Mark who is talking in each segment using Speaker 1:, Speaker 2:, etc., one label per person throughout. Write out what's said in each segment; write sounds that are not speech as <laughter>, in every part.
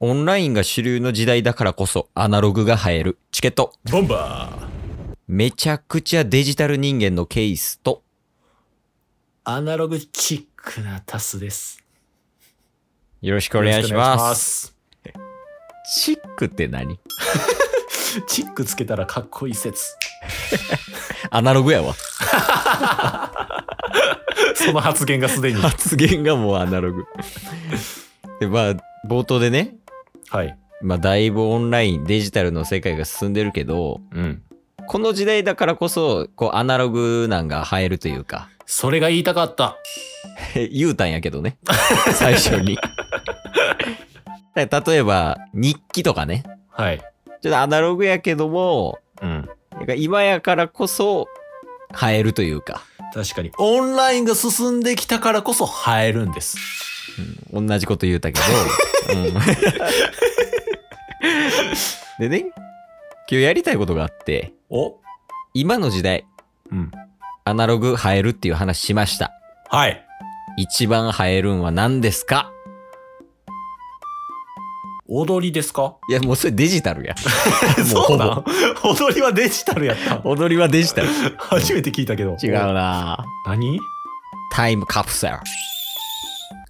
Speaker 1: オンラインが主流の時代だからこそアナログが映えるチケット。
Speaker 2: ボンバー
Speaker 1: めちゃくちゃデジタル人間のケースと、
Speaker 3: アナログチックなタスです。
Speaker 1: よろしくお願いします。
Speaker 2: す。
Speaker 1: チックって何
Speaker 3: チックつけたらかっこいい説。
Speaker 1: アナログやわ。 <laughs>
Speaker 3: その発言がす <laughs> でに。
Speaker 1: 発言がもうアナログ。で、まあ、冒頭でね、
Speaker 3: はい。
Speaker 1: まあ、だいぶオンライン、デジタルの世界が進んでるけど、
Speaker 3: うん。
Speaker 1: この時代だからこそ、こう、アナログなんが映えるというか、 <laughs>
Speaker 3: それが言いたかった。
Speaker 1: 言うたんやけどね。最初 <laughs> に。だから例えば、日記とかね。
Speaker 3: はい。
Speaker 1: ちょっとアナログやけども、
Speaker 3: うん。
Speaker 1: なんか今やからこそ、映えるというか、
Speaker 3: 確かに。オンラインが進んできたからこそ映えるんです。
Speaker 1: うん同じこと言うたけど、うんでね、今日やりたいことがあって、
Speaker 3: お
Speaker 1: 今の時代、
Speaker 3: うん
Speaker 1: アナログ映えるっていう話しました。
Speaker 3: はい。
Speaker 1: 一番映えるんは何ですか
Speaker 3: 踊りですか
Speaker 1: いや、もうそれデジタルや。もう
Speaker 3: <laughs> そ
Speaker 1: ほ
Speaker 3: う
Speaker 1: ぼ
Speaker 3: なん踊りはデジタルやったん
Speaker 1: 踊りはデジタル。
Speaker 3: 初めて聞いたけど。
Speaker 1: 違うな
Speaker 3: 何
Speaker 1: タイムカプセル。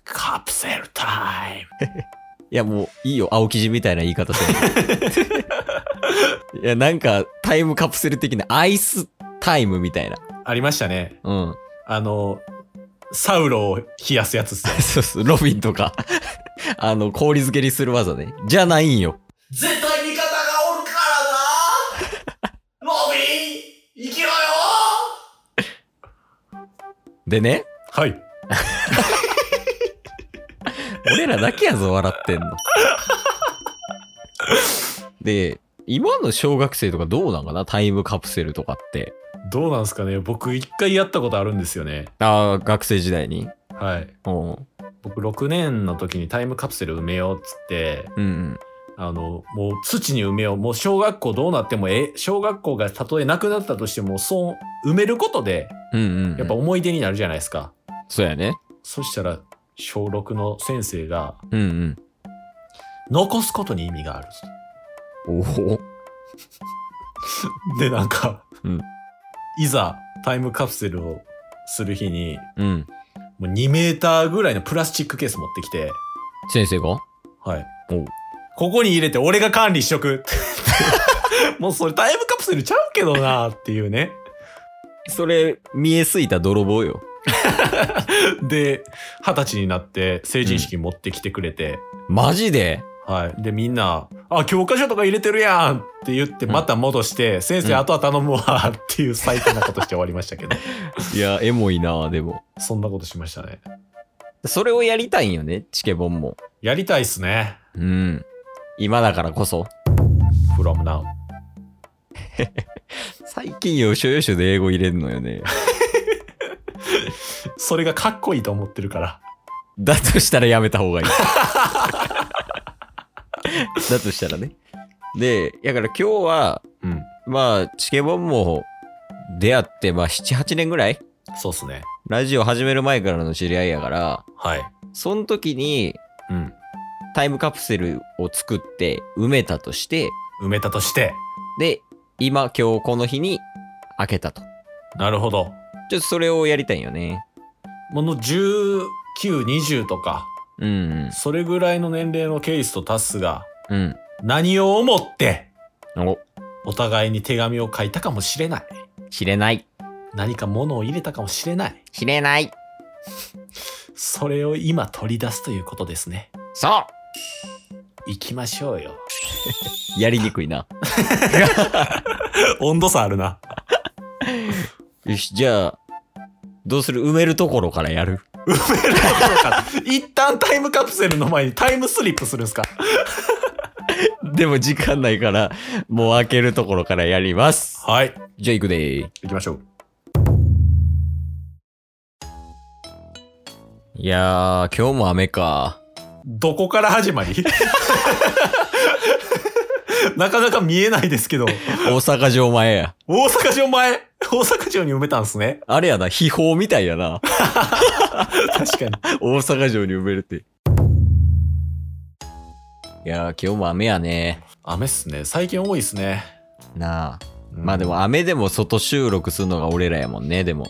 Speaker 3: カプセルタイム。
Speaker 1: いや、もういいよ。青生地みたいな言い方す <laughs> る。いや、なんか、タイムカプセル的な、アイスタイムみたいな。
Speaker 3: ありましたね。
Speaker 1: うん。
Speaker 3: あの、サウロを冷やすやつっすよ
Speaker 1: そうそう、ロビンとか。 <laughs> あの、氷漬けにする技ね。じゃないんよ。
Speaker 2: 絶対味方がおる
Speaker 3: <laughs>
Speaker 2: からなロビン生きろよ
Speaker 1: でね、
Speaker 3: はい。
Speaker 1: 俺らだけやぞ、笑ってんの。で、今の小学生とかどうなんかなタイムカプセルとかって。
Speaker 3: どうなんすかね僕一回やったことあるんですよね。
Speaker 1: ああ、学生時代に。
Speaker 3: はい。
Speaker 1: うん。うん
Speaker 3: 僕6年の時にタイムカプセル埋めようっつって、
Speaker 1: うん。
Speaker 3: あの、もう土に埋めよう。もう小学校どうなってもええ、小学校がたとえなくなったとしても、そう、埋めることで、
Speaker 1: うんうん。
Speaker 3: やっぱ、思い出になるじゃないですか。
Speaker 1: そうやね。
Speaker 3: そしたら、小6の先生が、
Speaker 1: うんうん。
Speaker 3: 残すことに意味がある。
Speaker 1: おお。
Speaker 3: で、なんか、
Speaker 1: うん
Speaker 3: いざタイムカプセルをする日に、
Speaker 1: うん。
Speaker 3: もう2メーターぐらいのプラスチックケース持ってきて、
Speaker 1: 先生が
Speaker 3: はい
Speaker 1: おう。
Speaker 3: ここに入れて俺が管理しとくって。 <laughs> もうそれタイムカプセルちゃうけどなっていうね。
Speaker 1: それ、見えすいた泥棒よ。
Speaker 3: で、二十歳になって成人式持ってきてくれて、
Speaker 1: マジで
Speaker 3: はい。で、みんな、あ、教科書とか入れてるやんって言って、また戻して、先
Speaker 1: う
Speaker 3: 生、
Speaker 1: ん
Speaker 3: あとは頼むわっていう最高なことして終わりましたけど、
Speaker 1: <laughs> いや、エモいな、でも。
Speaker 3: そんなことしましたね。
Speaker 1: それをやりたいんよね、チケボンも。
Speaker 3: やりたいっすね。
Speaker 1: うん。今だからこそ。
Speaker 3: from now.
Speaker 1: 最近要所要所で英語入れるのよね。
Speaker 3: それがかっこいいと思ってるから。
Speaker 1: だとしたらやめた方が <laughs> いい。だとしたらね。で、だから今日は、
Speaker 3: うん。
Speaker 1: まあ、チケボンも出会って、まあ、7、8年ぐらい
Speaker 3: そうっすね。
Speaker 1: ラジオ始める前からの知り合いやから、
Speaker 3: はい。
Speaker 1: その時に
Speaker 3: うん。
Speaker 1: タイムカプセルを作って埋めたとして、
Speaker 3: 埋めたとして。
Speaker 1: で、今、今日この日に開けたと。
Speaker 3: なるほど。
Speaker 1: ちょっとそれをやりたいんよね。
Speaker 3: もの19、20とか、
Speaker 1: うん
Speaker 3: それぐらいの年齢のケイスとタスが、
Speaker 1: うん。うん。
Speaker 3: 何を思って、
Speaker 1: お、
Speaker 3: お互いに手紙を書いたかもしれない。
Speaker 1: 知れない。
Speaker 3: 何か物を入れたかもしれない。
Speaker 1: 知れない。
Speaker 3: それを今取り出すということですね。
Speaker 1: そ
Speaker 3: 行きましょうよ。
Speaker 1: うやりにくいな。
Speaker 3: <laughs> 温度差ある <laughs> な。
Speaker 1: よし、じゃあ、どうする埋めるところからやる。 <laughs>
Speaker 3: 一旦タイムカプセルの前にタイムスリップするんすか
Speaker 1: でも時間ないから、もう開けるところからやります。
Speaker 3: はい。
Speaker 1: じゃあ行くでー。
Speaker 3: 行きましょう。
Speaker 1: いやー、今日も雨か。
Speaker 3: どこから
Speaker 1: <laughs>
Speaker 3: 始まりなかなか見えないですけど、
Speaker 1: 大阪城前や。
Speaker 3: 大阪城前、大阪城に埋めたんすね。
Speaker 1: あれやな、秘宝みたいやな。
Speaker 3: 確かに。
Speaker 1: 大阪城に埋めるって。いやー、今日も雨やね。
Speaker 3: 雨っすね。最近多いっすね。
Speaker 1: なあ。
Speaker 3: うん
Speaker 1: まあでも、雨でも外収録するのが俺らやもんね、でも。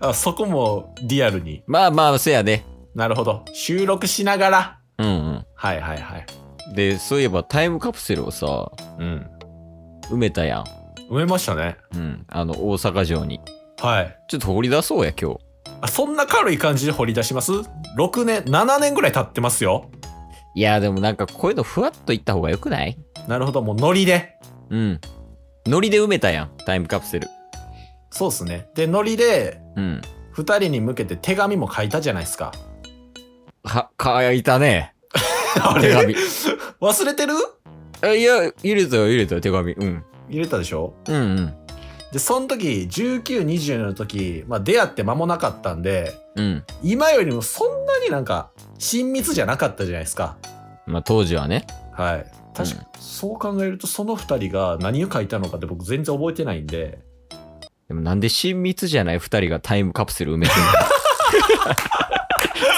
Speaker 3: あ、そこもリアルに。
Speaker 1: まあまあ、せやで。
Speaker 3: なるほど。収録しながら。
Speaker 1: うんうん
Speaker 3: はいはいはい。。
Speaker 1: で、そういえばタイムカプセルをさ、
Speaker 3: うん。
Speaker 1: 埋めたやん。
Speaker 3: 埋めましたね。
Speaker 1: うん。あの、大阪城に。
Speaker 3: はい。
Speaker 1: ちょっと掘り出そうや、今日。
Speaker 3: あそんな軽い感じで掘り出します ?6 年、7年ぐらい経ってますよ。
Speaker 1: いやー、でもなんかこういうのふわっといった方がよくない
Speaker 3: なるほど、もうノリで。
Speaker 1: うん。ノリで埋めたやん、タイムカプセル。
Speaker 3: そうっすね。で、ノリで、
Speaker 1: うん。
Speaker 3: 2人に向けて手紙も書いたじゃないですか。
Speaker 1: は、書いたね。
Speaker 3: あ
Speaker 1: <laughs> 手
Speaker 3: れ
Speaker 1: 紙。
Speaker 3: 忘れてる
Speaker 1: <laughs> えいや、入れたよ、入れたよ、手紙。うん。
Speaker 3: 入れたでしょ
Speaker 1: うんうん。
Speaker 3: で、その時、19、20の時、まあ出会って間もなかったんで、
Speaker 1: うん。
Speaker 3: 今よりもそんなになんか、親密じゃなかったじゃないですか。
Speaker 1: まあ当時はね。
Speaker 3: はい。確か、そう考えると、その2人が何を書いたのかって僕全然覚えてないんで、
Speaker 1: でもなんで親密じゃない二人がタイムカプセル埋めて <laughs> んの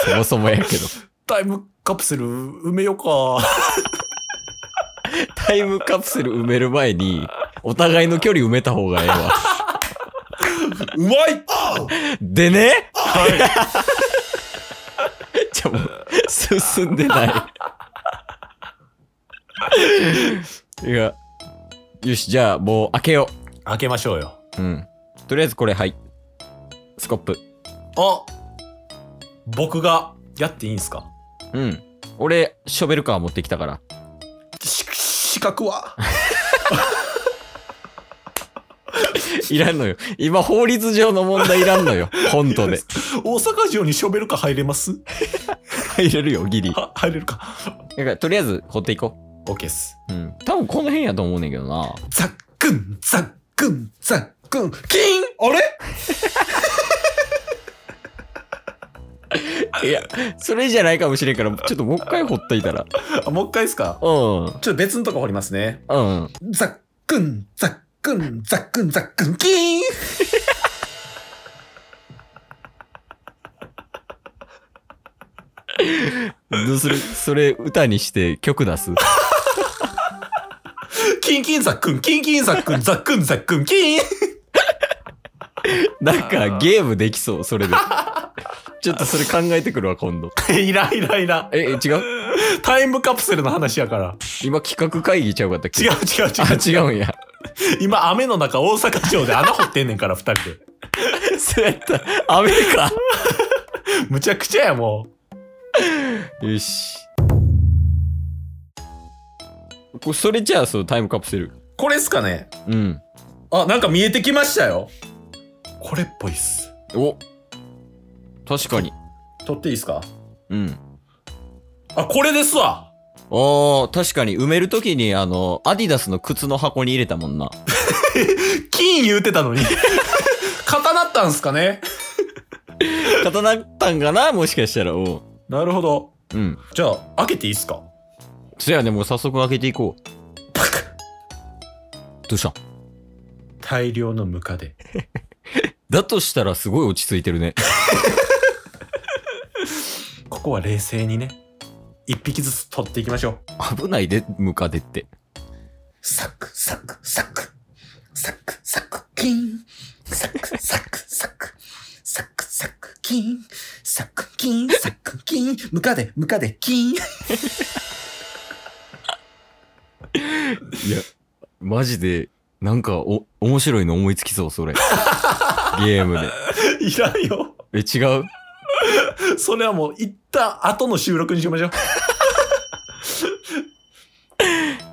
Speaker 1: そもそもやけど。
Speaker 3: タイムカプセル埋めようか。
Speaker 1: タイムカプセル埋める前に、お互いの距離埋めた方がええわ。
Speaker 3: うまい
Speaker 1: でね
Speaker 3: は
Speaker 1: ちょ、もう、進んでない。いや、よし、じゃあもう開けよ
Speaker 3: い。開けましょうよ。
Speaker 1: う。うん。とりあえずこれ、はい。スコップ。
Speaker 3: あ僕がやっていいんすか
Speaker 1: うん。俺、ショベルカー持ってきたから。
Speaker 3: し資格 <laughs> は
Speaker 1: いらんのよ。今、法律上の問題いらんのよ。本当で。
Speaker 3: 大阪城にショベルカー入れます
Speaker 1: 入れるよ、ギリ。だか
Speaker 3: は入れるか。
Speaker 1: ら、とりあえず、掘っていこ
Speaker 3: OK っす。
Speaker 1: う。うん。多分この辺やと思うねんけどな。
Speaker 3: ザックン、ザックン、ザックン、キンあれ
Speaker 1: いや、それじゃないかもしれんから、ちょっともう一回掘っといたら。
Speaker 3: あもう一回ですか
Speaker 1: うん。うん。
Speaker 3: ちょっと別のとこ掘りますね。
Speaker 1: あ
Speaker 3: ザックン、ザックン、ザックン、ザックン、キン
Speaker 1: どうするそれ、歌にして曲出 <laughs> す
Speaker 3: キンキンザックン、キンキンザックン、ザックン、ザックン、キン
Speaker 1: なんか、ゲームできそう、そ <laughs> れで。ちょっとそれ考えてくるわ、今度。
Speaker 3: <laughs> イライライラ。
Speaker 1: え、え違う
Speaker 3: タイムカプセルの話やから。
Speaker 1: 今、企画会議ちゃうかったっけ
Speaker 3: 違う違う違う。
Speaker 1: あ、違うんや。
Speaker 3: 今雨の中大阪城で穴掘ってんねんから二人で
Speaker 1: そうやった。アメリカ。
Speaker 3: むちゃくちゃやも
Speaker 1: よし。これそれじゃあ、そのタイムカプセル。
Speaker 3: うこれっすかね
Speaker 1: うん。
Speaker 3: あなんか見えてきましたよこれっぽいっす
Speaker 1: お確かに。
Speaker 3: 取っていいっすか
Speaker 1: うん。
Speaker 3: あこれですわ
Speaker 1: ああ、確かに埋めるときに、あの、アディダスの靴の箱に入れたもんな。
Speaker 3: 金言うてたのに <laughs> 固なったんすかね
Speaker 1: 固なったんかなもしかしたら。うん。
Speaker 3: なるほど
Speaker 1: うん。
Speaker 3: じゃあ開けていいっすか
Speaker 1: そやね、もう早速開けていこう。
Speaker 3: パク
Speaker 1: どうしたん
Speaker 3: 大量のムカデ
Speaker 1: だとしたらすごい落ち着いてるね。 <laughs>
Speaker 3: ここは冷静にね一匹ずつ取っていきましょう
Speaker 1: 危ないで、ムカデって。
Speaker 3: サクサクサクサクサクキンサクサクサクサクサクキンサクキンサクキンムカデムカデ <laughs> キン
Speaker 1: いや、マジで、なんか、お、面白いの思いつきそう、それ。 <laughs> ゲームで。
Speaker 3: いらんよ
Speaker 1: え、違う
Speaker 3: <laughs> それはもう一旦後の収録にしましょう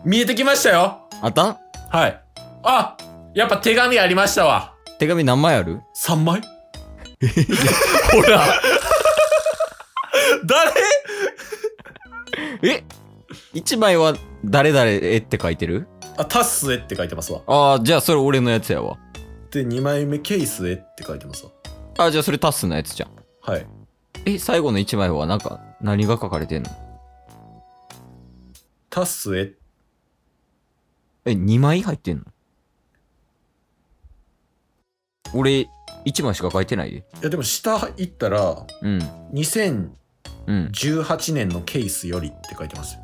Speaker 3: 見えてきましたよ
Speaker 1: あったん
Speaker 3: はいあやっぱ手紙ありましたわ
Speaker 1: 手紙何枚ある
Speaker 3: 3枚ほら誰
Speaker 1: え ?1 枚は、誰々えって書いてる
Speaker 3: あタッスエって書いてますわ
Speaker 1: ああ、じゃあそれ俺のやつやわ。
Speaker 3: で2枚目ケースへって書いてますわ
Speaker 1: ああ、じゃあそれタスのやつじゃん。
Speaker 3: はい
Speaker 1: え、最後の1枚はなんか、何が書かれてんの
Speaker 3: タスへ
Speaker 1: え、2枚入ってんの俺、1枚しか書いてないで。
Speaker 3: いやでも下行ったら
Speaker 1: うん。
Speaker 3: 2000
Speaker 1: うん。
Speaker 3: 18年のケースよりって書いてますよ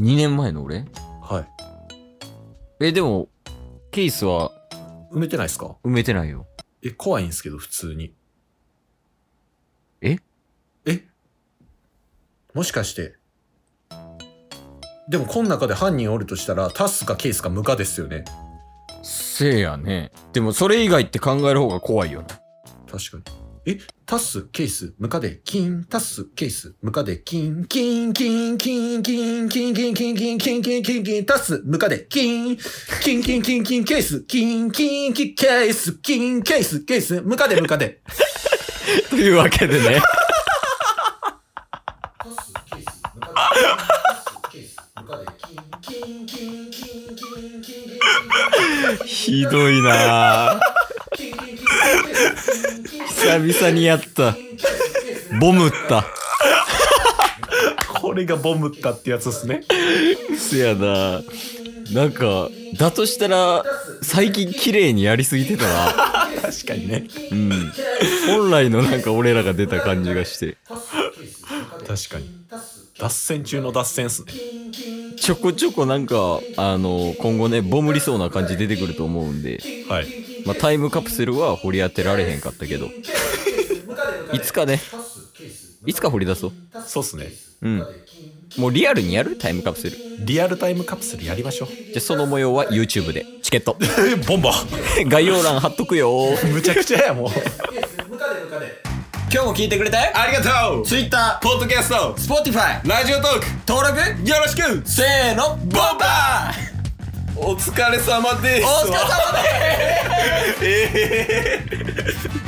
Speaker 1: 2年前の俺
Speaker 3: はい
Speaker 1: え、でも、ケースは
Speaker 3: 埋めてないですか
Speaker 1: 埋めてないよ。
Speaker 3: え怖いんですけど普通に
Speaker 1: え
Speaker 3: えもしかしてでもこの中で犯人おるとしたらタスかケースかムカですよね
Speaker 1: せやね。でも、それ以外って考える方が怖いよな。 <laughs>
Speaker 3: 確かに。え、タス、ケース、ムカデ、キン、タス、ケース、ムカデ、キン、キン、キン、キン、キン、キン、キン、キン、キン、キン、キン、キン、キン、タス、ムカデ、キン、キン、キン、キン、キン、ケース、キン、キン、キン、ケース、キン、ケース、ケース、ムカデ、ムカデ。
Speaker 1: というわけで <laughs> ね。
Speaker 3: タス、ケース、ムカデ、タス、ケース、ムカデ、キン、キン、キン、キン、キン、キン、キン、
Speaker 1: ひどいなぁ。久々にやった。ボムった。
Speaker 3: これがボムったってやつですね。
Speaker 1: せやななんか、だとしたら、最近綺麗にやりすぎてたな。
Speaker 3: 確かにね。
Speaker 1: うん。本来のなんか俺らが出た感じがして。
Speaker 3: 確かに。脱線中の脱線っすね。
Speaker 1: ちょこちょこなんか、あの、今後ね、ボムりそうな感じ出てくると思うんで、
Speaker 3: はい。
Speaker 1: まあ、タイムカプセルは掘り当てられへんかったけど、いつかね、いつか掘り出そう。
Speaker 3: そうっすね。
Speaker 1: うん。もうリアルにやるタイムカプセル。じ
Speaker 3: リアルタイムカプセルやりましょう。
Speaker 1: ゃ、その模様は YouTube で。チケット。 <laughs>
Speaker 3: え、ボンバー
Speaker 1: 概要欄貼っとくよ
Speaker 3: <laughs> むちゃくちゃやもう。
Speaker 1: 今日も聞いてくれた
Speaker 2: ありがとう Twitter、ポッドキャスト、Spotify、ラジオトーク、登録よろしくせーの、ボンバーお疲れ様ですお疲れ様ですえー